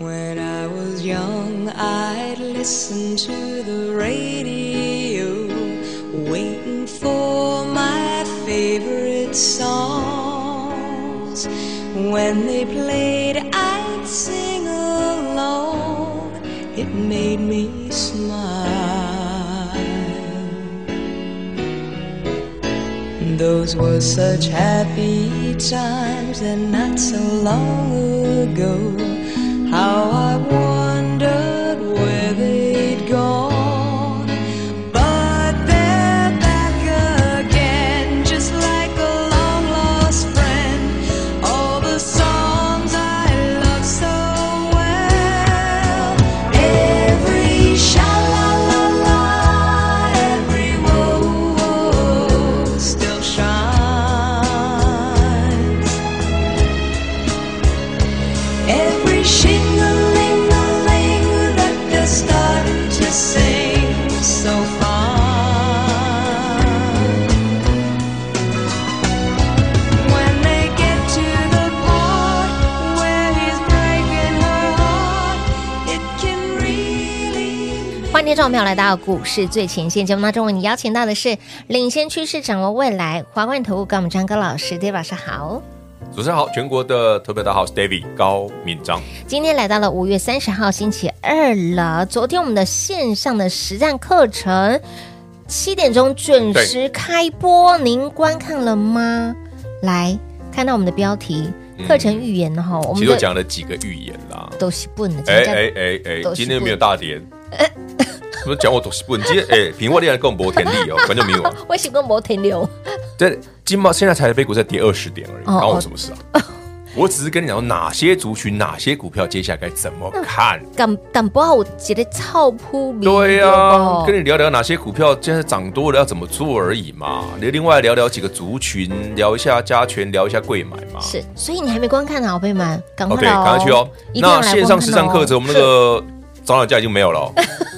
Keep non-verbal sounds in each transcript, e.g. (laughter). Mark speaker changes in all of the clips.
Speaker 1: When I was young, I'd listen to the radio, waiting for my favorite songs. When they played, I'd sing along. It made me smile. Those were such happy times and not so long ago. How I wondered where they'd gone. But they're back again, just like a long lost friend. All the songs I love so well. Every sha la la la, every woe woe still shines. Every shing-a-ling-a-ling that they're starting to sing so fine. When they get to the part where he's breaking her heart, it can really
Speaker 2: 欢迎听众朋友来到股市最前线节目当中，为你邀请到的是领先趋势、掌握未来华冠投顾高敏章高老师，大家晚上好。
Speaker 3: 主持人好，全国的特别大号是 David 高敏章，
Speaker 2: 今天来到了五月三十号星期二了。昨天我们的线上的实战课程七点钟准时开播，您观看了吗？来看到我们的标题“
Speaker 3: 嗯
Speaker 2: 课程预言”哈，我
Speaker 3: 其
Speaker 2: 们
Speaker 3: 实我
Speaker 2: 的
Speaker 3: 讲了几个预言啦。
Speaker 2: 都是笨的，真
Speaker 3: 哎
Speaker 2: 的
Speaker 3: 哎哎哎
Speaker 2: 都，是
Speaker 3: 今天没有大跌，什么讲我都是不，今天哎，平话练更博田
Speaker 2: (laughs)
Speaker 3: 力哦，反正没有啊。
Speaker 2: 为什么没停留？
Speaker 3: 这金茂现在才被股在跌二十点而已，
Speaker 2: 哦
Speaker 3: 关我什么事啊？ (laughs) 我只是跟你讲说哪些族群、哪些股票接下来该怎么看。
Speaker 2: 敢敢不好，我觉得操扑鼻
Speaker 3: 对呀、
Speaker 2: 对不
Speaker 3: 跟你聊聊哪些股票现在涨多了要怎么做而已嘛。你另外聊聊几个族群，聊一下加权，聊一下贵买嘛。
Speaker 2: 是，所以你还没观看的好朋友们，赶快
Speaker 3: 哦，对，
Speaker 2: 来
Speaker 3: 赶快去哦。
Speaker 2: 一定要
Speaker 3: 那
Speaker 2: 来
Speaker 3: 线
Speaker 2: 观
Speaker 3: 上
Speaker 2: 看
Speaker 3: 实战
Speaker 2: 哦
Speaker 3: 课程，我们那个早鸟价已经没有
Speaker 2: (laughs)
Speaker 3: 了哦。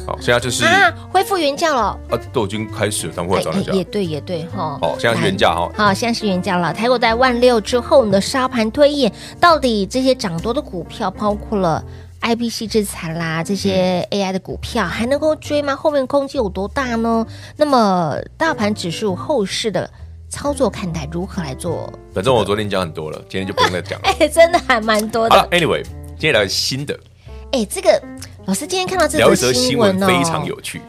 Speaker 3: 好，现在就是
Speaker 2: 是啊，恢复原价了。
Speaker 3: 啊，都已经开始了，他们会有早鸟价
Speaker 2: 哎也。对，也对哈。哎
Speaker 3: 好，现在是原价哈。
Speaker 2: 好，现在是原价了。台股在万六之后，我们的沙盘推演，到底这些涨多的股票，包括了 IPC 制裁啦，这
Speaker 3: 嗯
Speaker 2: 些 AI 的股票，还能够追吗？后面空间有多大呢？那么大盘指数后市的操作看待如何来做？ (laughs)
Speaker 3: 反正我昨天讲很多了，今天就不用再讲了。
Speaker 2: 哎，真的还蛮多
Speaker 3: 好
Speaker 2: 的
Speaker 3: 了。，Anyway，今天聊新的，
Speaker 2: 哎，这个老师今天看到这
Speaker 3: 聊
Speaker 2: 则
Speaker 3: 一则新
Speaker 2: 新
Speaker 3: 闻
Speaker 2: 闻哦，
Speaker 3: 非常有趣。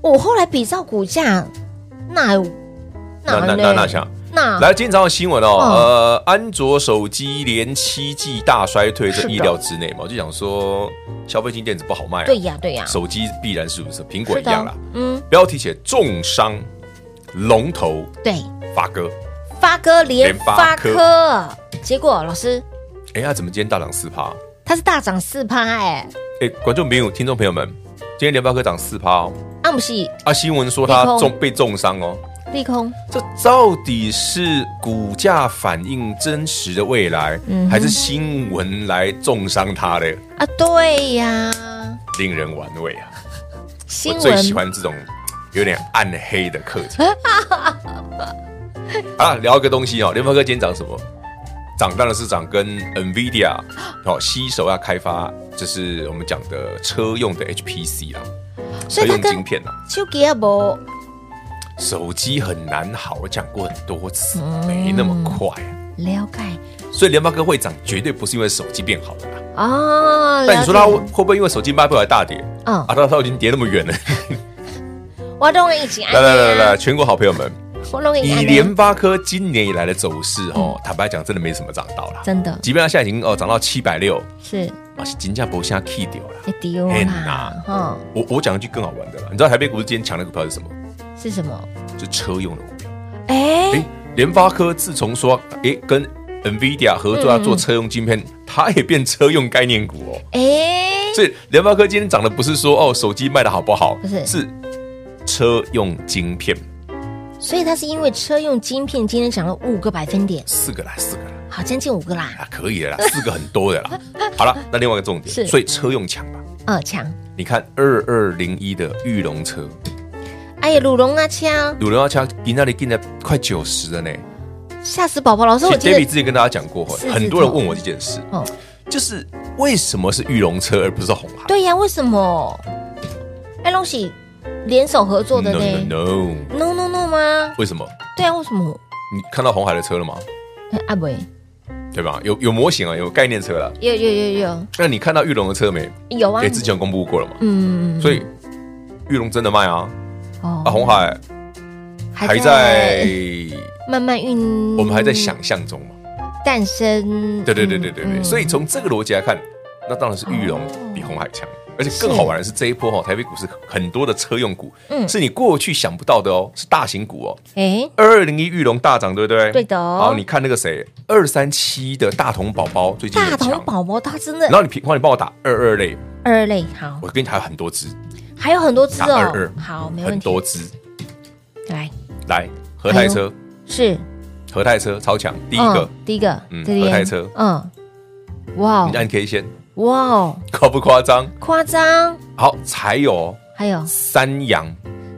Speaker 2: 我后来比照股价，那
Speaker 3: 那那
Speaker 2: 呢
Speaker 3: 那那想。
Speaker 2: 那
Speaker 3: 来，今天早上新闻哦，
Speaker 2: 嗯
Speaker 3: 呃，安卓手机连七季大衰退，
Speaker 2: 是
Speaker 3: 这
Speaker 2: 的
Speaker 3: 意料之内嘛，我就想说消费性电子不好卖啊，
Speaker 2: 对呀对呀，
Speaker 3: 手机必然是如此，苹果
Speaker 2: 是
Speaker 3: 一样
Speaker 2: 的
Speaker 3: 啦。，
Speaker 2: 嗯，
Speaker 3: 标题写重伤龙头
Speaker 2: 对，
Speaker 3: 发哥，
Speaker 2: 发哥连
Speaker 3: 联
Speaker 2: 发
Speaker 3: 发科
Speaker 2: 科，结果老师
Speaker 3: 哎、他怎么今天大涨四趴？
Speaker 2: 他是大涨四趴哎，
Speaker 3: 哎、观众朋友、听众朋友们，今天联发科涨四趴哦，
Speaker 2: 阿姆西
Speaker 3: 啊，新闻说他
Speaker 2: 利空
Speaker 3: 重被重伤哦，
Speaker 2: 利空，
Speaker 3: 这到底是股价反映真实的未来，
Speaker 2: 嗯哼
Speaker 3: 还是新闻来重伤他嘞？
Speaker 2: 啊，对呀，
Speaker 3: 令人玩味啊！我
Speaker 2: 新
Speaker 3: 最喜
Speaker 2: 闻
Speaker 3: 欢这种有点暗黑的课
Speaker 2: (laughs)
Speaker 3: 程。啊，聊一个东西哦，联发科今天涨什么？涨当然是涨跟 NVIDIA 哦，携手要开发，就是我们讲的车用的 HPC 啊，
Speaker 2: 所
Speaker 3: 车
Speaker 2: 以它
Speaker 3: 用
Speaker 2: 跟
Speaker 3: 晶片啊。
Speaker 2: 丘吉尔伯
Speaker 3: 手机很难好，我讲过很多次，
Speaker 2: 嗯
Speaker 3: 没那么快啊、
Speaker 2: 了解
Speaker 3: 所以联发科会涨，绝对不是因为手机变好了啦。
Speaker 2: 哦，
Speaker 3: 但你说它
Speaker 2: 了解
Speaker 3: 会不会因为手机卖不来大跌？
Speaker 2: 嗯
Speaker 3: 啊，它它已经跌那么远
Speaker 2: (laughs)
Speaker 3: 了。
Speaker 2: 我都会一起按
Speaker 3: 来来来来
Speaker 2: 啊
Speaker 3: 来，，全国好朋友们，
Speaker 2: 我都会一起
Speaker 3: 以
Speaker 2: 按
Speaker 3: 联发科今年以来的走势哦，坦白讲，真的没什么涨到啦。
Speaker 2: 嗯真的
Speaker 3: 即便它现在已经哦涨到七百六，
Speaker 2: 是
Speaker 3: 啊，是金价博下 K 掉了。
Speaker 2: 会丢啊
Speaker 3: 天
Speaker 2: 啦
Speaker 3: 哪，
Speaker 2: 哈，
Speaker 3: 我我讲一句更好玩的啦，你知道台北股市今天强的股票是什么？
Speaker 2: 是什么？
Speaker 3: 就车用的股票。
Speaker 2: 哎，
Speaker 3: 哎，联发科自从说哎
Speaker 2: 嗯
Speaker 3: 跟 NVIDIA 合作要做车用晶片，它也变车用概念股哦。
Speaker 2: 哎，
Speaker 3: 所以联发科今天涨的不是说哦手机卖的好不好，
Speaker 2: 不是
Speaker 3: 是车用晶片
Speaker 2: 所以它是因为车用晶片今天涨了五个百分点，
Speaker 3: 四个啦，四个啦，
Speaker 2: 好，将近五个啦，
Speaker 3: 啊可
Speaker 2: (laughs)
Speaker 3: 以了啦，四个很多的啦。好了，那另外一个重
Speaker 2: 是
Speaker 3: 点，所以车用强吧？
Speaker 2: 二强。
Speaker 3: 你看二二零一的玉龙车，
Speaker 2: 哎呀，鲁龙啊枪，
Speaker 3: 鲁龙要掐比那里进来快九十了呢。
Speaker 2: 吓死宝宝！老师，
Speaker 3: 其
Speaker 2: 我
Speaker 3: 实
Speaker 2: 记
Speaker 3: David
Speaker 2: 得
Speaker 3: 自己跟大家讲过，
Speaker 2: 四字头
Speaker 3: 很多人问我这件事，
Speaker 2: 哦，
Speaker 3: 就是为什么是玉龙车而不是红海？
Speaker 2: 对呀，为什么？哎，龙喜联手合作的
Speaker 3: n o
Speaker 2: 呢
Speaker 3: 嗯 No
Speaker 2: ？No
Speaker 3: No，
Speaker 2: No No 吗？
Speaker 3: 为什么？
Speaker 2: 对啊，为什么？
Speaker 3: 你看到红海的车了吗？
Speaker 2: 哎阿伟，
Speaker 3: 对吧？有有模型啊，有概念车了。
Speaker 2: 有有有有
Speaker 3: 那你看到玉龙的车没？
Speaker 2: 有啊
Speaker 3: 也，之前公布过了嘛。
Speaker 2: 嗯，
Speaker 3: 所以玉龙真的卖啊，
Speaker 2: 哦
Speaker 3: 啊，红海还在，
Speaker 2: 慢慢运，
Speaker 3: 我们还在想象中嘛。
Speaker 2: 诞生。
Speaker 3: 对对对对对
Speaker 2: 嗯
Speaker 3: 对，
Speaker 2: 嗯
Speaker 3: 所以从这个逻辑来看，那当然是玉龙
Speaker 2: 哦
Speaker 3: 比红海强，而且更好玩的是这一波哈，台北股市很多的车用股
Speaker 2: 嗯，
Speaker 3: 是你过去想不到的哦，是大型股哦。
Speaker 2: 哎，
Speaker 3: 二二零一玉龙大涨，对不对？
Speaker 2: 对的哦
Speaker 3: 好，你看那个谁，二三七的大同宝宝最近
Speaker 2: 大
Speaker 3: 很
Speaker 2: 同
Speaker 3: 强，
Speaker 2: 宝宝他真
Speaker 3: 然
Speaker 2: 的
Speaker 3: 后你平，你帮我打二二类，
Speaker 2: 二类好，
Speaker 3: 我跟你还有很多只，
Speaker 2: 还有很多只
Speaker 3: 打
Speaker 2: 哦
Speaker 3: 二。二，
Speaker 2: 好，没问
Speaker 3: 很
Speaker 2: 题。
Speaker 3: 多只。
Speaker 2: 来，
Speaker 3: 来，和泰
Speaker 2: 哎
Speaker 3: 车，
Speaker 2: 是
Speaker 3: 和泰车超强，第一个
Speaker 2: 嗯，第一个，
Speaker 3: 嗯
Speaker 2: 这
Speaker 3: 合
Speaker 2: 边
Speaker 3: 台车
Speaker 2: 嗯，哇哦
Speaker 3: 你按 K 线，
Speaker 2: 哇哦，
Speaker 3: 夸不夸张？
Speaker 2: 夸张！
Speaker 3: 好，才有
Speaker 2: 还有
Speaker 3: 三洋，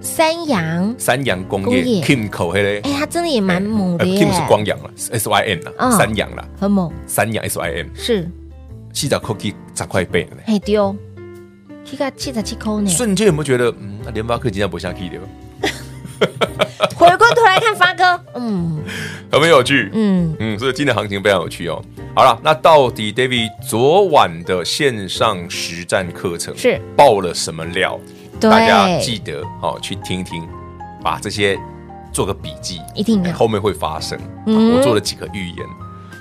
Speaker 2: 三阳，
Speaker 3: 三洋工
Speaker 2: 工业
Speaker 3: 业，Kimco 黑嘞
Speaker 2: 哎，他真的也蛮猛的
Speaker 3: 呃
Speaker 2: 耶
Speaker 3: ，Kim，是光阳了，S Y N
Speaker 2: 嗯
Speaker 3: 了，三洋了，
Speaker 2: 很猛，
Speaker 3: 三洋 S Y N，
Speaker 2: 是，
Speaker 3: 七仔 Cookie 涨快一倍了嘞。
Speaker 2: 嘿丢，七个七十七扣呢。
Speaker 3: 瞬间有没有觉得，嗯，那联发科今天不下 K 的，
Speaker 2: 回过头来看发哥， (laughs) 嗯
Speaker 3: 很没有趣。
Speaker 2: 嗯，
Speaker 3: 嗯，所以今天行情非常有趣哦。好了，那到底 David 昨晚的线上实战课程
Speaker 2: 是
Speaker 3: 爆了什么料？
Speaker 2: 对
Speaker 3: 大家记得哦，去听一听，把这些做个笔记，
Speaker 2: 一定要
Speaker 3: 后面会发生。
Speaker 2: 嗯
Speaker 3: 我做了几个预言。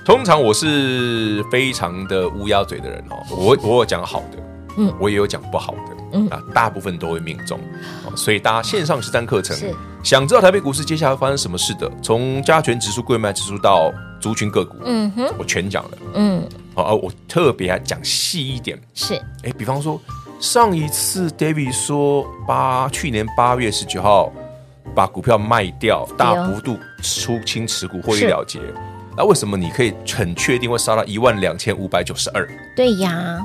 Speaker 3: 通常我是非常的乌鸦嘴的人哦，我我有讲好的，
Speaker 2: 嗯
Speaker 3: 我也有讲不好的，
Speaker 2: 嗯
Speaker 3: 啊，大部分都会命中，哦所以大家线上实战课程
Speaker 2: 是，
Speaker 3: 想知道台北股市接下来会发生什么事的，从加权指数、贵卖指数到族群个股，
Speaker 2: 嗯哼，
Speaker 3: 我全讲了，
Speaker 2: 嗯
Speaker 3: 哦，啊我特别还讲细一点，
Speaker 2: 是
Speaker 3: 哎，比方说上一次 David 说八去年八月十九号把股票卖掉，大幅度出清持股获利
Speaker 2: 是
Speaker 3: 了结。那为什么你可以很确定会杀到一万两千五百九十二？
Speaker 2: 对呀，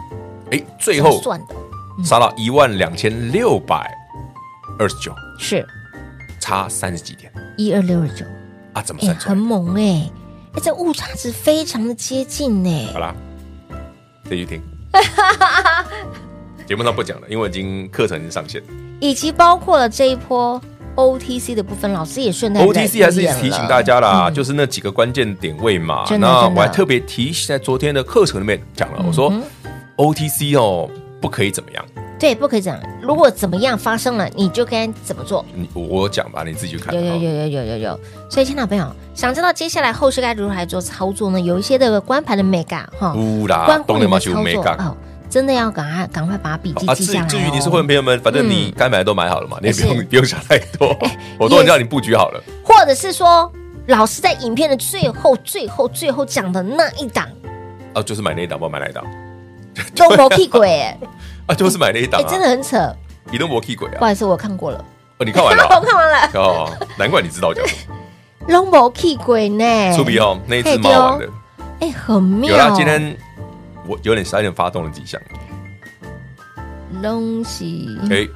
Speaker 3: 哎，最后
Speaker 2: 算嗯的
Speaker 3: 杀到一万两千六百二十九，
Speaker 2: 是
Speaker 3: 差三十几点
Speaker 2: 一二六二九，
Speaker 3: 啊？怎么
Speaker 2: 哎，
Speaker 3: 算出
Speaker 2: 很
Speaker 3: 来？
Speaker 2: 猛哎，哎，这误差值非常的接近哎
Speaker 3: 好，啦，这一
Speaker 2: (laughs)
Speaker 3: 听。节目上不讲了，因为已经课程已经上线了。
Speaker 2: 以及包括了这一波 OTC 的部分，老师也顺带
Speaker 3: OTC 还是提醒大家啦，
Speaker 2: 就
Speaker 3: 就是那几个关键点位嘛。
Speaker 2: 嗯真的
Speaker 3: 那
Speaker 2: 真的嗯
Speaker 3: 我还特别提醒，在昨天的课程里面讲了，我说 OTC 哦不可以怎么样，
Speaker 2: 对，不可以这样。如果怎么样发生了，你就该怎么做。
Speaker 3: 你我我讲吧，你自己去看
Speaker 2: 有。有
Speaker 3: 哦
Speaker 2: 有有有有有，所以，亲爱的朋友，想知道接下来后市该如何来做操作呢？有一些的关盘的美感哈，
Speaker 3: 呜啦
Speaker 2: 关户
Speaker 3: 懂
Speaker 2: 里
Speaker 3: 了
Speaker 2: 的
Speaker 3: 吗就
Speaker 2: 操
Speaker 3: 美
Speaker 2: 作
Speaker 3: 感
Speaker 2: 哦，真的要赶快赶快把笔记
Speaker 3: 啊，
Speaker 2: 记
Speaker 3: 至
Speaker 2: 下来、哦嗯
Speaker 3: 至于你是会员朋友们，反正你该买的都买好了嘛，你也不
Speaker 2: 是
Speaker 3: 用 (laughs) 不用想太
Speaker 2: (laughs)
Speaker 3: 多，我都
Speaker 2: 也
Speaker 3: 已经让你布局好了。
Speaker 2: 或者是说老师在影片的最后、最后、最后讲的那一档，
Speaker 3: 啊，就是买那一档，不买那一档
Speaker 2: 都磨屁
Speaker 3: (laughs)
Speaker 2: 鬼、欸，
Speaker 3: 啊，就是买那一
Speaker 2: 哎、
Speaker 3: 档啊，
Speaker 2: 真的很扯。
Speaker 3: 你都磨屁鬼
Speaker 2: 不
Speaker 3: 啊！
Speaker 2: 好意思，我看过了，
Speaker 3: 哦，你看完了
Speaker 2: (laughs) 我看完了，
Speaker 3: 啊哦，难怪你知道我讲什么。
Speaker 2: 龙磨屁鬼呢？
Speaker 3: 出鼻哦，那一
Speaker 2: 哎嘿
Speaker 3: 只
Speaker 2: 对
Speaker 3: 猫
Speaker 2: 哦
Speaker 3: 玩的，
Speaker 2: 哎、很妙。
Speaker 3: 有啦，今天我有点有点发动的迹象。
Speaker 2: 东西
Speaker 3: 哎、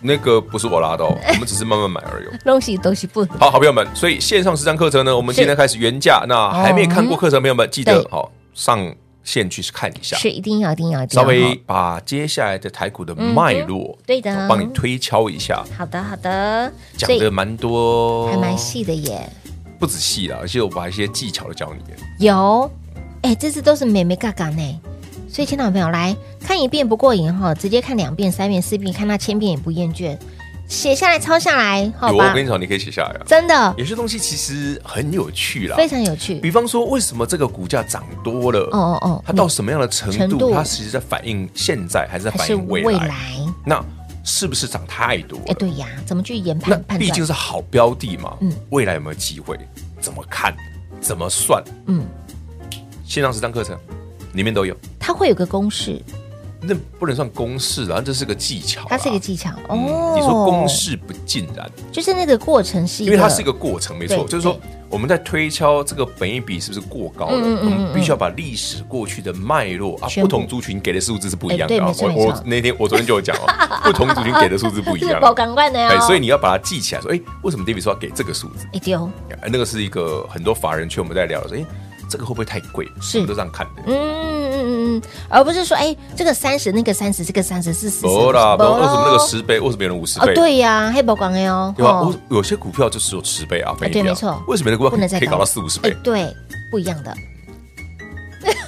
Speaker 3: 那个不是我拉
Speaker 2: (laughs)
Speaker 3: 的哦，我们只是慢慢买而已哦。
Speaker 2: 东西都是不
Speaker 3: 好，好朋友们，所以线上实战课程呢，我们
Speaker 2: 是
Speaker 3: 今天开始原价。那还没看过课程的朋友们，记得
Speaker 2: 对
Speaker 3: 好、上线去看一下，
Speaker 2: 是一定要一定要一定要
Speaker 3: 啊稍微
Speaker 2: 哈
Speaker 3: 把接下来的台股的脉络，
Speaker 2: 嗯对的，
Speaker 3: 帮你推敲一下。
Speaker 2: 好的好的，
Speaker 3: 讲哦
Speaker 2: 所以
Speaker 3: 的蛮多，
Speaker 2: 还蛮，细的耶，
Speaker 3: 不止细啦，而且我把一些技巧都教你。
Speaker 2: 有，哎，这次都是美美嘎嘎呢。所以，亲爱的朋友，来看一遍不过瘾哈，直接看两遍、三遍、四遍，看他千遍也不厌倦，写下来、抄下来，好
Speaker 3: 有，我
Speaker 2: 吧
Speaker 3: 跟？你讲，你可以写下来啊。
Speaker 2: 真的
Speaker 3: 有些东西其实很有趣啦，
Speaker 2: 非常有趣。
Speaker 3: 比方说，为什么这个股价涨多了？
Speaker 2: 哦哦哦，
Speaker 3: 它到什么样的程度？
Speaker 2: 程度
Speaker 3: 它其实在反映现在，还是在
Speaker 2: 还
Speaker 3: 反
Speaker 2: 是
Speaker 3: 映
Speaker 2: 未
Speaker 3: 未来？
Speaker 2: 来？
Speaker 3: 那是不是涨太多
Speaker 2: 哎，
Speaker 3: 了？
Speaker 2: 对呀，怎么去研
Speaker 3: 那
Speaker 2: 判判
Speaker 3: 毕
Speaker 2: 断
Speaker 3: 竟？是好标的嘛，
Speaker 2: 嗯
Speaker 3: 未来有没有机会？怎么看？怎么算？
Speaker 2: 嗯，
Speaker 3: 线上实战课程里面都有，
Speaker 2: 它会有个公式，
Speaker 3: 那不能算公式啦，这是个技巧啦。啊
Speaker 2: 它是一个技巧
Speaker 3: 嗯
Speaker 2: 哦。
Speaker 3: 你说公式不尽然，
Speaker 2: 就是那个过程是一
Speaker 3: 因
Speaker 2: 个，
Speaker 3: 为它是一个过程，没错，
Speaker 2: 对
Speaker 3: 就是说
Speaker 2: 对
Speaker 3: 我们在推敲这个本益比是不是过高了，
Speaker 2: 嗯嗯嗯
Speaker 3: 我们必须要把历史过去的脉络啊，
Speaker 2: 全部
Speaker 3: 不同族群给的数字是不一样的
Speaker 2: 哎对没
Speaker 3: 啊。
Speaker 2: 错
Speaker 3: 我
Speaker 2: 没
Speaker 3: 我
Speaker 2: 错
Speaker 3: 那天我昨天就有
Speaker 2: (laughs)
Speaker 3: 讲哦，不同族群给的数字不一
Speaker 2: 这
Speaker 3: 样
Speaker 2: 个。爆感官的
Speaker 3: 哎，
Speaker 2: 呀。
Speaker 3: 所以你要把它记起来，说，哎，为什么 David 说要给这个数字？
Speaker 2: 一丢，
Speaker 3: 哎那个是一个很多法人圈我们在聊的，说，哎，这个会不会太贵？
Speaker 2: 是
Speaker 3: 我们都这样看的。
Speaker 2: 嗯嗯嗯嗯，而不是说哎，这个三十，那个三十，这个三十，四十，
Speaker 3: 不啦，不，
Speaker 2: 没咯
Speaker 3: 为什么那个十倍？为什么有人五十
Speaker 2: 哦
Speaker 3: 倍？，
Speaker 2: 对呀，黑宝广的哦，
Speaker 3: 对吧？
Speaker 2: 哦哎
Speaker 3: 我有些股票就是有十倍啊，本益比
Speaker 2: 对
Speaker 3: 啊
Speaker 2: 没错
Speaker 3: 为什么那个股
Speaker 2: 不能再
Speaker 3: 票可以
Speaker 2: 高
Speaker 3: 搞到四五十
Speaker 2: (laughs) 哎
Speaker 3: 倍？
Speaker 2: 对，不一样的。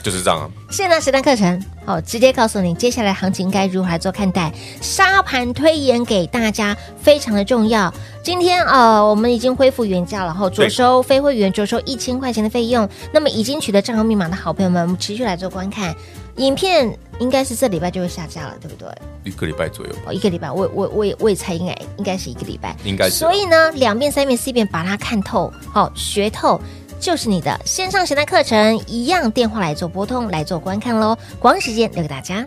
Speaker 3: 就是这样啊。
Speaker 2: 谢娜实战课程，好，直接告诉你接下来行情该如何来做看待。沙盘推演给大家非常的重要。今天呃，我们已经恢复原价了，后着
Speaker 3: 对
Speaker 2: 收非会员着收一千块钱的费用。那么已经取得账号密码的好朋友们，我们持续来做观看。影片应该是这礼拜就会下架了，对不对？
Speaker 3: 一个礼拜左右吧，
Speaker 2: 哦，一个礼拜，我我我也我也猜应该应该是一个礼拜，
Speaker 3: 应该是啊
Speaker 2: 所以呢，两遍、三遍、四遍把它看透，好、学透。就是你的线上实战课程，一样电话来做拨通，来做观看喽。广告时间留给大家。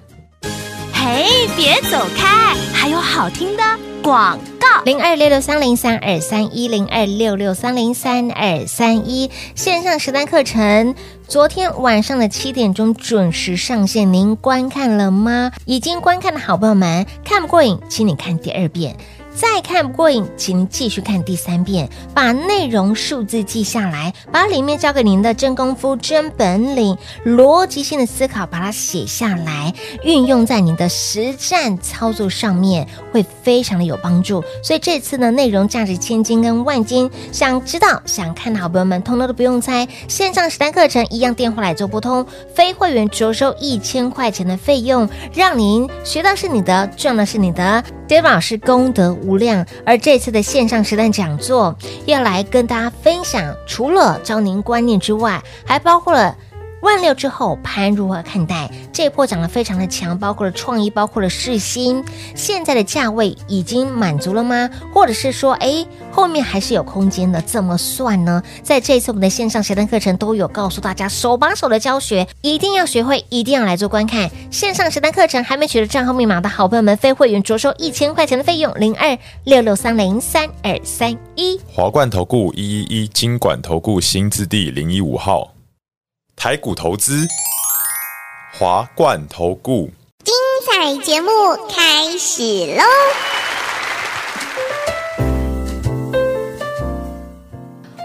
Speaker 4: 嘿，别走开，还有好听的广告。
Speaker 2: 零二六六三零三二三一零二六六三零三二三一线上实战课程，昨天晚上的七点钟准时上线，您观看了吗？已经观看的好朋友们，看不过瘾，请你看第二遍。再看不过瘾，请您继续看第三遍，把内容数字记下来，把里面教给您的真功夫、真本领、逻辑性的思考，把它写下来，运用在你的实战操作上面，会非常的有帮助。所以这次呢，内容价值千金跟万金，想知道、想看的好朋友们，通通都不用猜，线上实战课程一样电话来做拨通，非会员着收一千块钱的费用，让您学到是你的，赚的是你的。David 老师功德无量，而这次的线上实战讲座要来跟大家分享，除了教您观念之外，还包括了。万六之后盘如何看待？这一波涨得非常的强，包括了创意，包括了世新，现在的价位已经满足了吗？或者是说，哎，后面还是有空间的，怎么算呢？在这一次我们的线上实战课程都有告诉大家手把手的教学，一定要学会，一定要来做观看。线上实战课程还没取得账号密码的好朋友们，非会员着收一千块钱的费用，零二六六三零三二三一。
Speaker 5: 华冠投顾一一一金管投顾新字第零一五号，台股投资，华冠投顾。
Speaker 6: 彩节目开始喽！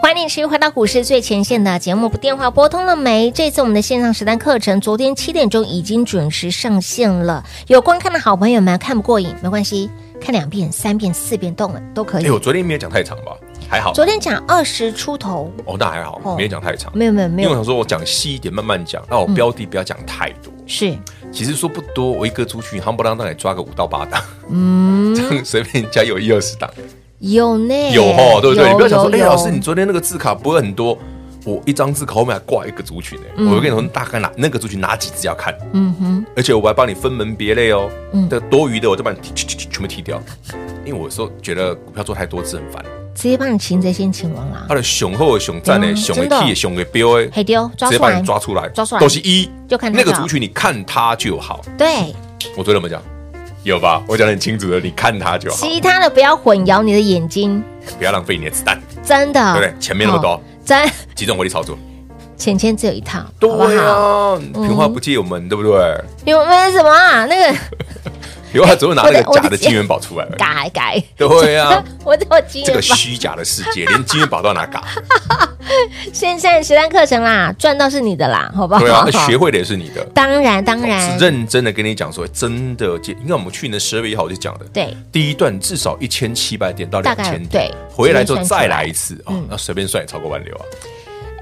Speaker 2: 欢迎持续回到股市最前线的节目，电话拨通了没？这次我们的线上实战课程，昨天七点钟已经准时上线了。有观看的好朋友们，看不过瘾没关系，看两遍、三遍、四遍动了都可以
Speaker 3: 哎，。我昨天没有讲太长吧？还好，
Speaker 2: 昨天讲二十出头，
Speaker 3: 哦，那还好
Speaker 2: 哦，
Speaker 3: 没有讲太长。
Speaker 2: 没有没有没
Speaker 3: 因为我
Speaker 2: 有，
Speaker 3: 想说，我讲细一点，慢慢讲。那我标的不要讲太多。
Speaker 2: 是
Speaker 3: 其实说不多，我一个族群夯不啷当也抓个五到八档，嗯， (laughs) 这样随便加有一二十档，
Speaker 2: 有呢，
Speaker 3: 有哦，对不对？
Speaker 2: 哎有
Speaker 3: 你不要想说，
Speaker 2: 有
Speaker 3: 哎，
Speaker 2: 有
Speaker 3: 老师，你昨天那个字卡不会很多，我一张字卡后面还挂一个族群哎，我会跟你说大概哪那个族群哪几只要看，
Speaker 2: 嗯哼，
Speaker 3: 而且我还帮你分门别类哦
Speaker 2: 嗯，
Speaker 3: 的多余的我就把你剔剔剔全部剔掉，因为我说觉得股票做太多次很烦。
Speaker 2: 直接帮你擒贼先擒王啦
Speaker 3: 他，的熊后的熊赞
Speaker 2: 对啊
Speaker 3: 呢，熊的
Speaker 2: 真的
Speaker 3: key 熊的标哎，
Speaker 2: 黑丢抓
Speaker 3: 直接
Speaker 2: 出
Speaker 3: 把
Speaker 2: 来
Speaker 3: 你，抓出来，
Speaker 2: 抓出来
Speaker 3: 都是一，
Speaker 2: 就看它
Speaker 3: 那个
Speaker 2: 就好
Speaker 3: 族群，你看它就好。
Speaker 2: 对，
Speaker 3: 我昨天有没有讲？有吧？我讲的很清楚的，你看它就好，
Speaker 2: 其他的不要混淆你的眼睛，
Speaker 3: 不要浪费你的子弹，
Speaker 2: 真的，
Speaker 3: 对不对？前面那么多
Speaker 2: 哦，，真 (laughs)
Speaker 3: 集中火力操作，
Speaker 2: 钱钱只有一套，好不
Speaker 3: 对
Speaker 2: 好？
Speaker 3: 啊，平花不借我们，对不对？
Speaker 2: 有没有什么啊？那个
Speaker 3: 平花只会拿那
Speaker 2: 我的我
Speaker 3: 个
Speaker 2: 的
Speaker 3: 假的金元宝出来而已，
Speaker 2: 改改，
Speaker 3: 对啊，
Speaker 2: (laughs) 我都有经
Speaker 3: 这
Speaker 2: 验
Speaker 3: 个
Speaker 2: 吧。
Speaker 3: 虚假的世
Speaker 2: (laughs)
Speaker 3: 界，连金元宝都要拿嘎，
Speaker 2: 线上实战课程啦，赚到是你的啦，好不好？(laughs)
Speaker 3: 对啊，那学会的也是你的。
Speaker 2: 当然当然
Speaker 3: 是，认真的跟你讲说，真的，因为我们去年十二月一号我就讲了，
Speaker 2: 对，
Speaker 3: 第一段至少一千七百点到
Speaker 2: 大
Speaker 3: 两
Speaker 2: 概
Speaker 3: 千点，
Speaker 2: 对
Speaker 3: 回来之后
Speaker 2: 直接算
Speaker 3: 再
Speaker 2: 出来
Speaker 3: 来一次啊、那随便算也超过万六啊，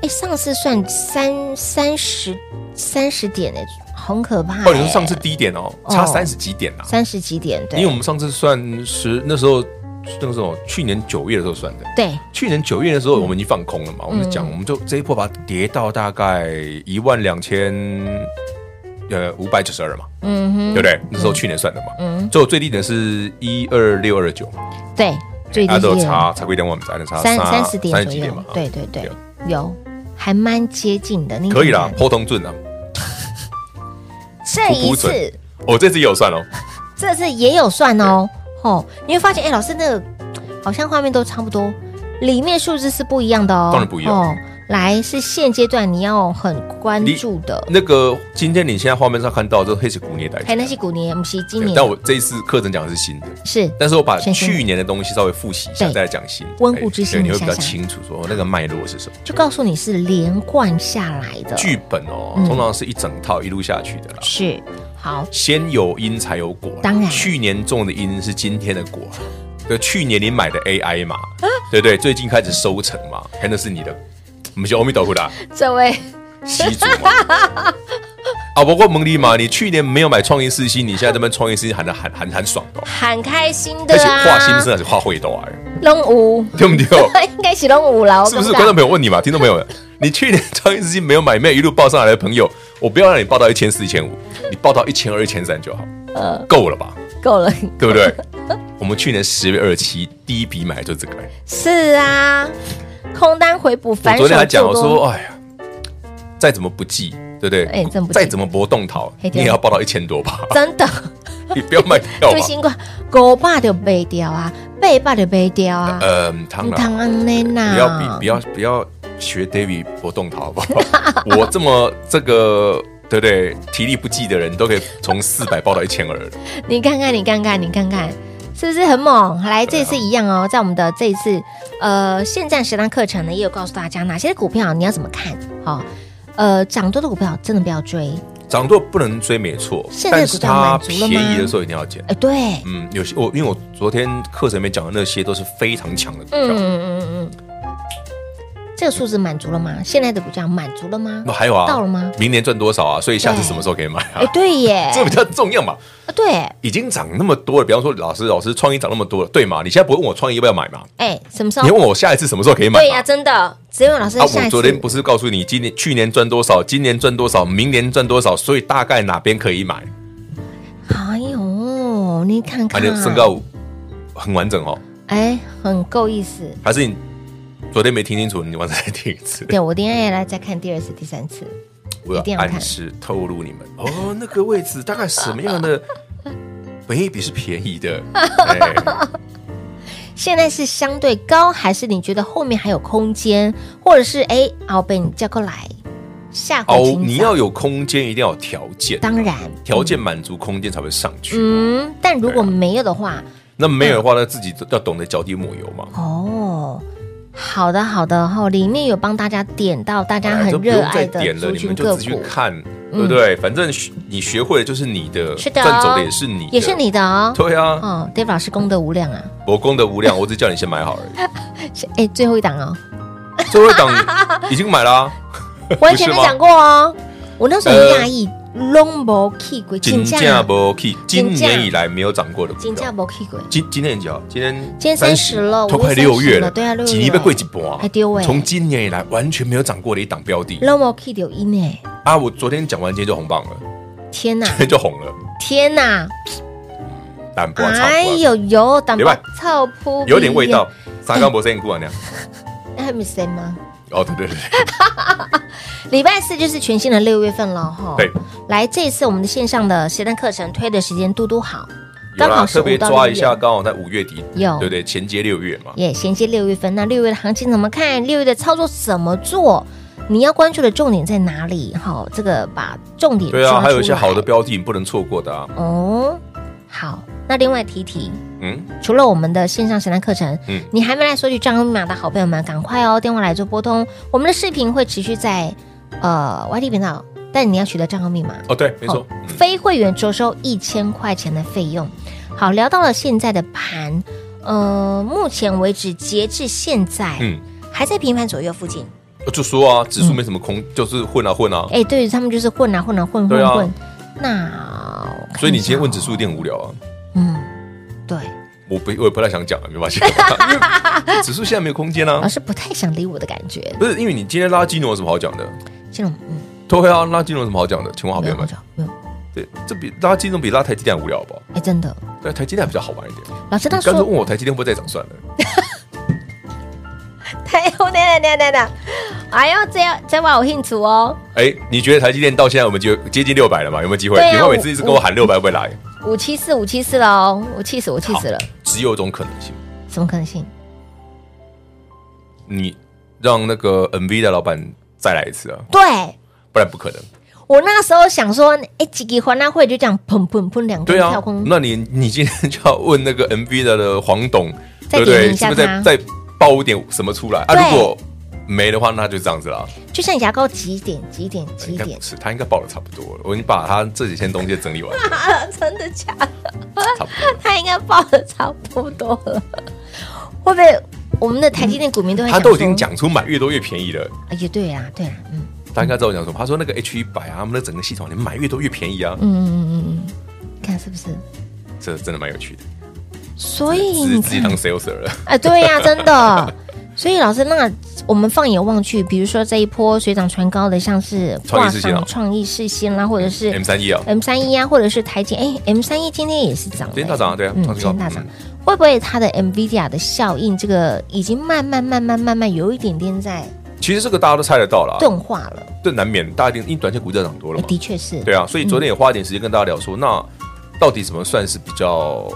Speaker 2: 哎，上次算三三十三十点哎，很可怕
Speaker 3: 哦，
Speaker 2: 哎。
Speaker 3: 你说上次低点哦，
Speaker 2: 哦
Speaker 3: 差三十几点啊，
Speaker 2: 三十几点？
Speaker 3: 因为我
Speaker 2: 对
Speaker 3: 们上次算十那时候那个时候去年九月的时候算的，
Speaker 2: 对，
Speaker 3: 去年九月的时候
Speaker 2: 嗯
Speaker 3: 我们已经放空了嘛，我们就讲我们就这一波把它跌到大概一万两千呃五百九十二嘛，
Speaker 2: 嗯哼，
Speaker 3: 对不对？那时候去年算的嘛，嗯，最后最低点是一二六二九嘛，
Speaker 2: 对，最
Speaker 3: 大家
Speaker 2: 低
Speaker 3: 都有
Speaker 2: 点
Speaker 3: 差差过一点万，我们才能差
Speaker 2: 三三十点
Speaker 3: 三十
Speaker 2: 左
Speaker 3: 几点
Speaker 2: 右
Speaker 3: 嘛，，啊
Speaker 2: 对对对
Speaker 3: 对，
Speaker 2: 有还蛮接近的。你
Speaker 3: 可以啦
Speaker 2: 看，看
Speaker 3: 破通准啊，
Speaker 2: 这
Speaker 3: 不
Speaker 2: 一
Speaker 3: 不准
Speaker 2: 次
Speaker 3: 我、这次也有算哦，
Speaker 2: 这次也有算哦，哦，你会发现，哎，老师那个好像画面都差不多，里面数字是不一样的哦，
Speaker 3: 当然不一样
Speaker 2: 哦。来是现阶段你要很关注的，
Speaker 3: 那个今天你现在画面上看到的这黑色古年代，
Speaker 2: 还有那些股年，不是今
Speaker 3: 对
Speaker 2: 年
Speaker 3: 但我这一次课程讲的是新的，
Speaker 2: 是
Speaker 3: 但是我把
Speaker 2: 先新
Speaker 3: 去年的东西稍微复习一下，
Speaker 2: 对
Speaker 3: 再来讲新的，
Speaker 2: 温故知新
Speaker 3: 哎对你会
Speaker 2: 你
Speaker 3: 比
Speaker 2: 想
Speaker 3: 较
Speaker 2: 想
Speaker 3: 清楚说那个脉络是什么。
Speaker 2: 就告诉你是连贯下来的，
Speaker 3: 剧本哦，
Speaker 2: 嗯
Speaker 3: 通常是一整套一路下去的啦。
Speaker 2: 是好
Speaker 3: 先有因才有果啦，
Speaker 2: 当然
Speaker 3: 去年种的因是今天的果啦。对，去年你买的 AI 嘛，对不对？最近开始收成嘛，哎那是你的，我们就阿弥陀佛啦，
Speaker 2: 这位
Speaker 3: 习主
Speaker 2: (laughs)
Speaker 3: 嘛。啊，不过蒙利嘛，你去年没有买创意四星，你现在这边创意四星喊的喊喊喊爽的哦，
Speaker 2: 很开心的
Speaker 3: 而且画心
Speaker 2: 啊，
Speaker 3: 声还是画会都哎，
Speaker 2: 龙五
Speaker 3: 对哦不
Speaker 2: (laughs)
Speaker 3: 对？
Speaker 2: 应该是龙五了，我
Speaker 3: 是不是？
Speaker 2: 感觉
Speaker 3: 观众朋友问你嘛，听众朋友们，
Speaker 2: (laughs)
Speaker 3: 你去年创业资金没有买卖，一路报上来的朋友，我不要让你报到一千四、一千五，你报到一千二、一千三就好，
Speaker 2: 呃
Speaker 3: 够了吧？
Speaker 2: 够了，
Speaker 3: 对不对？ (laughs) 我们去年十月二十七第一笔买的就这个，
Speaker 2: 是啊，空单回补，
Speaker 3: 我
Speaker 2: 反手
Speaker 3: 昨天还讲我
Speaker 2: 做多
Speaker 3: 说，哎呀，再怎么不济，对不对？
Speaker 2: 哎真不济
Speaker 3: 再怎么搏动逃，
Speaker 2: 嘿
Speaker 3: 你
Speaker 2: 对
Speaker 3: 也要报到一千多吧？ (laughs)
Speaker 2: 真的。
Speaker 3: 你不要卖掉
Speaker 2: 最
Speaker 3: 吧？
Speaker 2: 新款五百就卖掉啊，八百就卖掉啊，
Speaker 3: 呃，汤
Speaker 2: 唔通
Speaker 3: 啦，
Speaker 2: 安尼呐？
Speaker 3: 不要比不要不要学 David 搏动逃好 (laughs) 不好？我这么这个。对不对？体力不济的人都可以从四百报到一千二，
Speaker 2: 你看看，你看看，你看看，是不是很猛？来，这次一样哦，
Speaker 3: 啊
Speaker 2: 在我们的这一次呃现战实战课程呢，也有告诉大家哪些股票你要怎么看，好、呃，涨多的股票真的不要追，
Speaker 3: 涨多不能追，没错，
Speaker 2: 现在
Speaker 3: 但
Speaker 2: 股
Speaker 3: 是
Speaker 2: 价
Speaker 3: 它
Speaker 2: 满足了
Speaker 3: 便
Speaker 2: 吗
Speaker 3: 宜的时候一定要减。
Speaker 2: 哎，对，
Speaker 3: 嗯，有些我因为我昨天课程里面讲的那些都是非常强的股
Speaker 2: 嗯
Speaker 3: 票，
Speaker 2: 嗯嗯嗯，这个数字满足了吗？现在的股价满足了吗
Speaker 3: 那、？还有啊，
Speaker 2: 到了吗
Speaker 3: 明年赚多少啊？所以下次
Speaker 2: 对
Speaker 3: 什么时候可以买啊
Speaker 2: 哎，？对耶，
Speaker 3: (laughs) 这比较重要嘛，
Speaker 2: 啊对，
Speaker 3: 已经涨那么多了，比方说老师，老师创意涨那么多了，对嘛？你现在不会问我创意要不要买嘛？
Speaker 2: 哎，什么时
Speaker 3: 你
Speaker 2: 候？
Speaker 3: 问我下一次什么时候可以买嘛？
Speaker 2: 对呀、真的，只有老师
Speaker 3: 啊，
Speaker 2: 下
Speaker 3: 我
Speaker 2: 一
Speaker 3: 昨
Speaker 2: 次
Speaker 3: 天不是告诉你今年去年赚多少，今年赚多少，明年赚多少，所以大概哪边可以买？
Speaker 2: 哎呦，你看
Speaker 3: 啊，
Speaker 2: 看，
Speaker 3: 你的身高很完整哦，
Speaker 2: 哎，很够意思。
Speaker 3: 还是你昨天没听清楚，你晚上再听一次？
Speaker 2: (laughs) 对我今天也来再看第二次、第三次，
Speaker 3: 我
Speaker 2: 一定
Speaker 3: 要
Speaker 2: 要看
Speaker 3: 暗示透露你们哦，那个位置大概什么
Speaker 2: (laughs)
Speaker 3: 样的本益比是便宜的？哎，
Speaker 2: 现在是相对高，还是你觉得后面还有空间，或者是哎，敖被你叫过来，下回
Speaker 3: 哦，
Speaker 2: 请
Speaker 3: 你
Speaker 2: 早
Speaker 3: 要有空间，一定要有条件，
Speaker 2: 当然，
Speaker 3: 条件满足，空间才会上去。
Speaker 2: 嗯，但如果没有的话，
Speaker 3: 那没有的话，那自己要懂得脚底抹油嘛。
Speaker 2: 哦。好的，好的，哈、里面有帮大家点到大家
Speaker 3: 哎
Speaker 2: 很
Speaker 3: 就不
Speaker 2: 热
Speaker 3: 用再
Speaker 2: 爱的
Speaker 3: 点了，
Speaker 2: 族
Speaker 3: 你
Speaker 2: 群
Speaker 3: 们就
Speaker 2: 个
Speaker 3: 自己去
Speaker 2: 股，
Speaker 3: 看，对不对？反正学你学会的就是你的，
Speaker 2: 嗯是的哦
Speaker 3: 赚走的也是你，
Speaker 2: 也是。你的哦。
Speaker 3: (laughs) 对啊，
Speaker 2: 哦，Dave 老师功德无量啊！
Speaker 3: 我功德无量，我只叫你先买好而已。
Speaker 2: 是哎，最后一档哦，
Speaker 3: 最后一档已经买啊
Speaker 2: (laughs)
Speaker 3: 啦，
Speaker 2: 我以前
Speaker 3: 不
Speaker 2: 没
Speaker 3: 是吗
Speaker 2: 讲过哦，我那时候很
Speaker 3: 呃
Speaker 2: 讶异拢无去过，
Speaker 3: 金价不 k 今年以来没有涨过的股
Speaker 2: 金价
Speaker 3: 票。
Speaker 2: 无去过，
Speaker 3: 今今天几号？今天
Speaker 2: 天
Speaker 3: 今
Speaker 2: 30了
Speaker 3: 都
Speaker 2: 五月
Speaker 3: 快六月
Speaker 2: 30
Speaker 3: 了，
Speaker 2: 了对啊六月
Speaker 3: 几年被贵几波啊？
Speaker 2: 哎对欸
Speaker 3: 从今年以来完全没有涨过的一档标的
Speaker 2: 拢无去到因诶！
Speaker 3: 啊！我昨天讲完，今天就红棒了， (laughs)
Speaker 2: 天哪，
Speaker 3: 今天就红了，
Speaker 2: 天哪，
Speaker 3: 淡薄啊，差
Speaker 2: 哎
Speaker 3: 不多啊
Speaker 2: 呦哎呦，淡
Speaker 3: 别
Speaker 2: 薄
Speaker 3: 办
Speaker 2: 臭扑，
Speaker 3: 有点味道，。沙冈博森姑娘，
Speaker 2: 那还没谁吗？
Speaker 3: 哦，对对对，
Speaker 2: 哎礼拜四就是全新的六月份了哈。
Speaker 3: 对，
Speaker 2: 来这一次我们的线上的实战课程推的时间嘟嘟好，
Speaker 3: 有
Speaker 2: 刚
Speaker 3: 啦，
Speaker 2: 好是
Speaker 3: 特别
Speaker 2: 五到
Speaker 3: 抓
Speaker 2: 六
Speaker 3: 一下，
Speaker 2: 月，
Speaker 3: 刚好在五月底，
Speaker 2: 有
Speaker 3: 对不对？衔接六月嘛，
Speaker 2: 也衔接六月份。那六月的行情怎么看？六月的操作怎么做？你要关注的重点在哪里？哈，这个把重点
Speaker 3: 对
Speaker 2: 抓
Speaker 3: 啊，还有一
Speaker 2: 出
Speaker 3: 些好
Speaker 2: 来
Speaker 3: 的标的你不能错过的啊，
Speaker 2: 哦。好，那另外提一提，
Speaker 3: 嗯，
Speaker 2: 除了我们的线上实战课程，
Speaker 3: 嗯
Speaker 2: 你还没来索取账号密码的好朋友们，赶快哦，电话来做拨通。我们的视频会持续在呃 YT 频道，但你要取得账号密码。
Speaker 3: 哦，对，没错
Speaker 2: 哦，非会员着收一千块钱的费用。好，聊到了现在的盘，呃，目前为止截至现在，
Speaker 3: 嗯，
Speaker 2: 还在平盘左右附近。
Speaker 3: 就说啊，指数没什么空，就是混啊混啊，
Speaker 2: 嗯哎，对他们就是混啊混啊混
Speaker 3: 对
Speaker 2: 混
Speaker 3: 啊
Speaker 2: 混。那我看一下
Speaker 3: 所以你今天问
Speaker 2: 哦
Speaker 3: 指数有，点无聊啊。
Speaker 2: 嗯，对，
Speaker 3: 我不我也不太想讲了，
Speaker 2: (laughs)
Speaker 3: 没关系，因为指数现在没有空间
Speaker 2: 老
Speaker 3: 啊。
Speaker 2: 哦师不太想理我的感觉，
Speaker 3: 不是因为你今天拉金融有什么好讲的？
Speaker 2: 这种嗯，
Speaker 3: 对啊，拉金融有什么好讲的？请问好
Speaker 2: 没
Speaker 3: 朋
Speaker 2: 有
Speaker 3: 友
Speaker 2: 没有，没
Speaker 3: 们
Speaker 2: 有，
Speaker 3: 对，这比拉金融比拉台积电还无聊好不好？
Speaker 2: 哎，真的。
Speaker 3: 对，台积电还比较好玩一点。
Speaker 2: 老师当
Speaker 3: 你
Speaker 2: 时 (laughs)
Speaker 3: 干脆问我台积电会不会再涨算了。
Speaker 2: 哎太，我等一下等一下等一下，哎呦，这要这要有兴趣哦，
Speaker 3: 哎，你觉得台积电到现在我们就接近六百了嘛？有没有机会？
Speaker 2: 对啊
Speaker 3: 你会每次一直跟我喊六百，会不会来？
Speaker 2: 五七四五七四喽，我气死我气死了，
Speaker 3: 只有一种可能性，
Speaker 2: 什么可能性？
Speaker 3: 你让那个 NV 的老板再来一次啊，
Speaker 2: 对
Speaker 3: 不然不可能。
Speaker 2: 我那时候想说，哎，几个欢乐会就这样砰砰砰两根
Speaker 3: 对啊
Speaker 2: 跳空，，
Speaker 3: 那你你今天就要问那个 NV 的的黄董，
Speaker 2: 再
Speaker 3: 对不对？
Speaker 2: 点一
Speaker 3: 是
Speaker 2: 下
Speaker 3: 不是
Speaker 2: 他
Speaker 3: 再再爆一点什么出来啊？
Speaker 2: 对
Speaker 3: 如果没的话，那就这样子啦。
Speaker 2: 就像牙膏几点几点
Speaker 3: 应
Speaker 2: 几
Speaker 3: 该
Speaker 2: 点 (laughs)
Speaker 3: 不，是，他应该爆的差不多了。我已经把他这几天东西整理完了，
Speaker 2: 啊真的假的？
Speaker 3: 差不多。
Speaker 2: (laughs) 他应该报的差不多了，会不会我们的台积电股民都会
Speaker 3: 他
Speaker 2: 说
Speaker 3: 都已经，讲出买越多越便宜了，
Speaker 2: 哎也对啦，对啦，嗯
Speaker 3: 他应该知道我讲什么。他说那个 H 一百啊，他们的整个系统，你买越多越便宜啊，
Speaker 2: 嗯嗯嗯嗯，看是不是？
Speaker 3: 这真的蛮有趣的。
Speaker 2: 所以
Speaker 3: 自
Speaker 2: 你
Speaker 3: 自己
Speaker 2: 看，
Speaker 3: 当 sales 了，
Speaker 2: 哎，对呀、真的。所以老师，那我们放眼望去，比如说这一波水涨船高的，像是
Speaker 3: 创
Speaker 2: 挂
Speaker 3: 意世新啊
Speaker 2: 上创意世新啦，或者是
Speaker 3: M 三一啊，
Speaker 2: M 三一啊，或者是台积，哎，M 三一今天也是涨了，
Speaker 3: 今天大涨啊，对啊，
Speaker 2: 嗯，
Speaker 3: 创
Speaker 2: 今
Speaker 3: 新高
Speaker 2: 天大涨
Speaker 3: 嗯，
Speaker 2: 会不会它的 NVIDIA 的效应，这个已经慢慢慢慢慢慢有一点点在
Speaker 3: 其实这个大家都猜得到啦，
Speaker 2: 钝化了？
Speaker 3: 这难免大家一定因为短线股价涨多了
Speaker 2: 哎
Speaker 3: 嘛，
Speaker 2: 的确嗯是，
Speaker 3: 对啊，所以昨天也花一点时间跟大家聊说，那到底怎么算是比较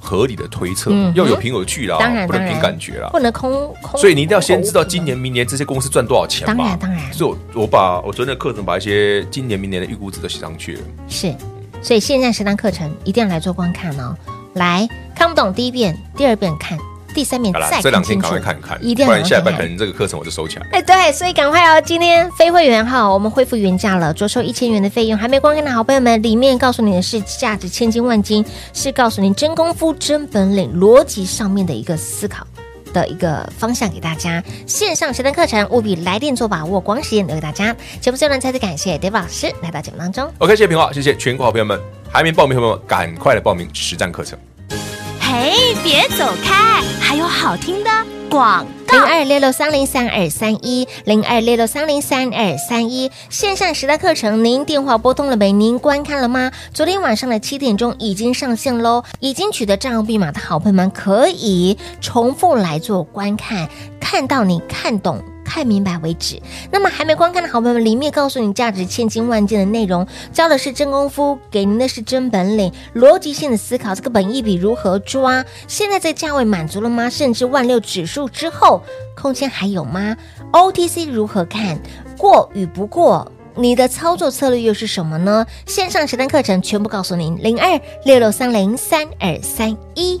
Speaker 3: 合理的推测？
Speaker 2: 嗯哼
Speaker 3: 要有凭有据啦
Speaker 2: 当，然
Speaker 3: 不能
Speaker 2: 当然
Speaker 3: 凭感觉啦。
Speaker 2: 不能空空。
Speaker 3: 所以你一定要先知道今年、明年这些公司赚多少钱嘛。
Speaker 2: 当然当然
Speaker 3: 所以我我把我昨天的课程把一些今年、明年的预估值都写上去了。
Speaker 2: 是，所以现在十堂课程一定要来做观看哦。来看不懂第一遍，第二遍看，第三遍
Speaker 3: 好啦
Speaker 2: 再，
Speaker 3: 这两
Speaker 2: 看
Speaker 3: 天
Speaker 2: 清
Speaker 3: 赶
Speaker 2: 楚
Speaker 3: 快看看，
Speaker 2: 一定
Speaker 3: 不
Speaker 2: 要
Speaker 3: 然下
Speaker 2: 赶
Speaker 3: 一
Speaker 2: 快
Speaker 3: 半
Speaker 2: 看
Speaker 3: 可能这个课程我就收起来。
Speaker 2: 哎，对，所以赶快哦！今天非会员哈，我们恢复原价了，着收一千元的费用。还没观看的好朋友们，里面告诉你的是价值千金万金，是告诉你真功夫、真本领、逻辑上面的一个思考的一个方向给大家。线上实战课程务必来电做把握，光时间留给大家。节目最后呢，再次感谢 Dave 老师来到节目当中。
Speaker 3: OK，谢谢平华，谢谢全国好朋友们，还没报名的朋友们，赶快来报名实战课程。
Speaker 4: 嘿，别走开，还有好听的广告。
Speaker 2: 零二六六三零三二三一零二六六三零三二三一线上实战课程，您电话拨通了没？您观看了吗？昨天晚上的七点钟已经上线喽，已经取得账号密码的好朋友们可以重复来做观看，看到你看懂。看明白为止。那么还没观看的好朋友们，里面告诉你价值千金万金的内容，教的是真功夫，给您的是真本领，逻辑性的思考，这个本益比如何抓？现在这价位满足了吗？甚至万六指数之后，空间还有吗？OTC 如何看？过与不过？你的操作策略又是什么呢？线上实战课程全部告诉您，零二六六三零三二三一。